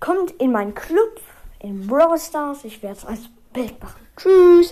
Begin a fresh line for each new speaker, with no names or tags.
Kommt in meinen Club in Brawl Stars. Ich werde es als Bild machen. Tschüss.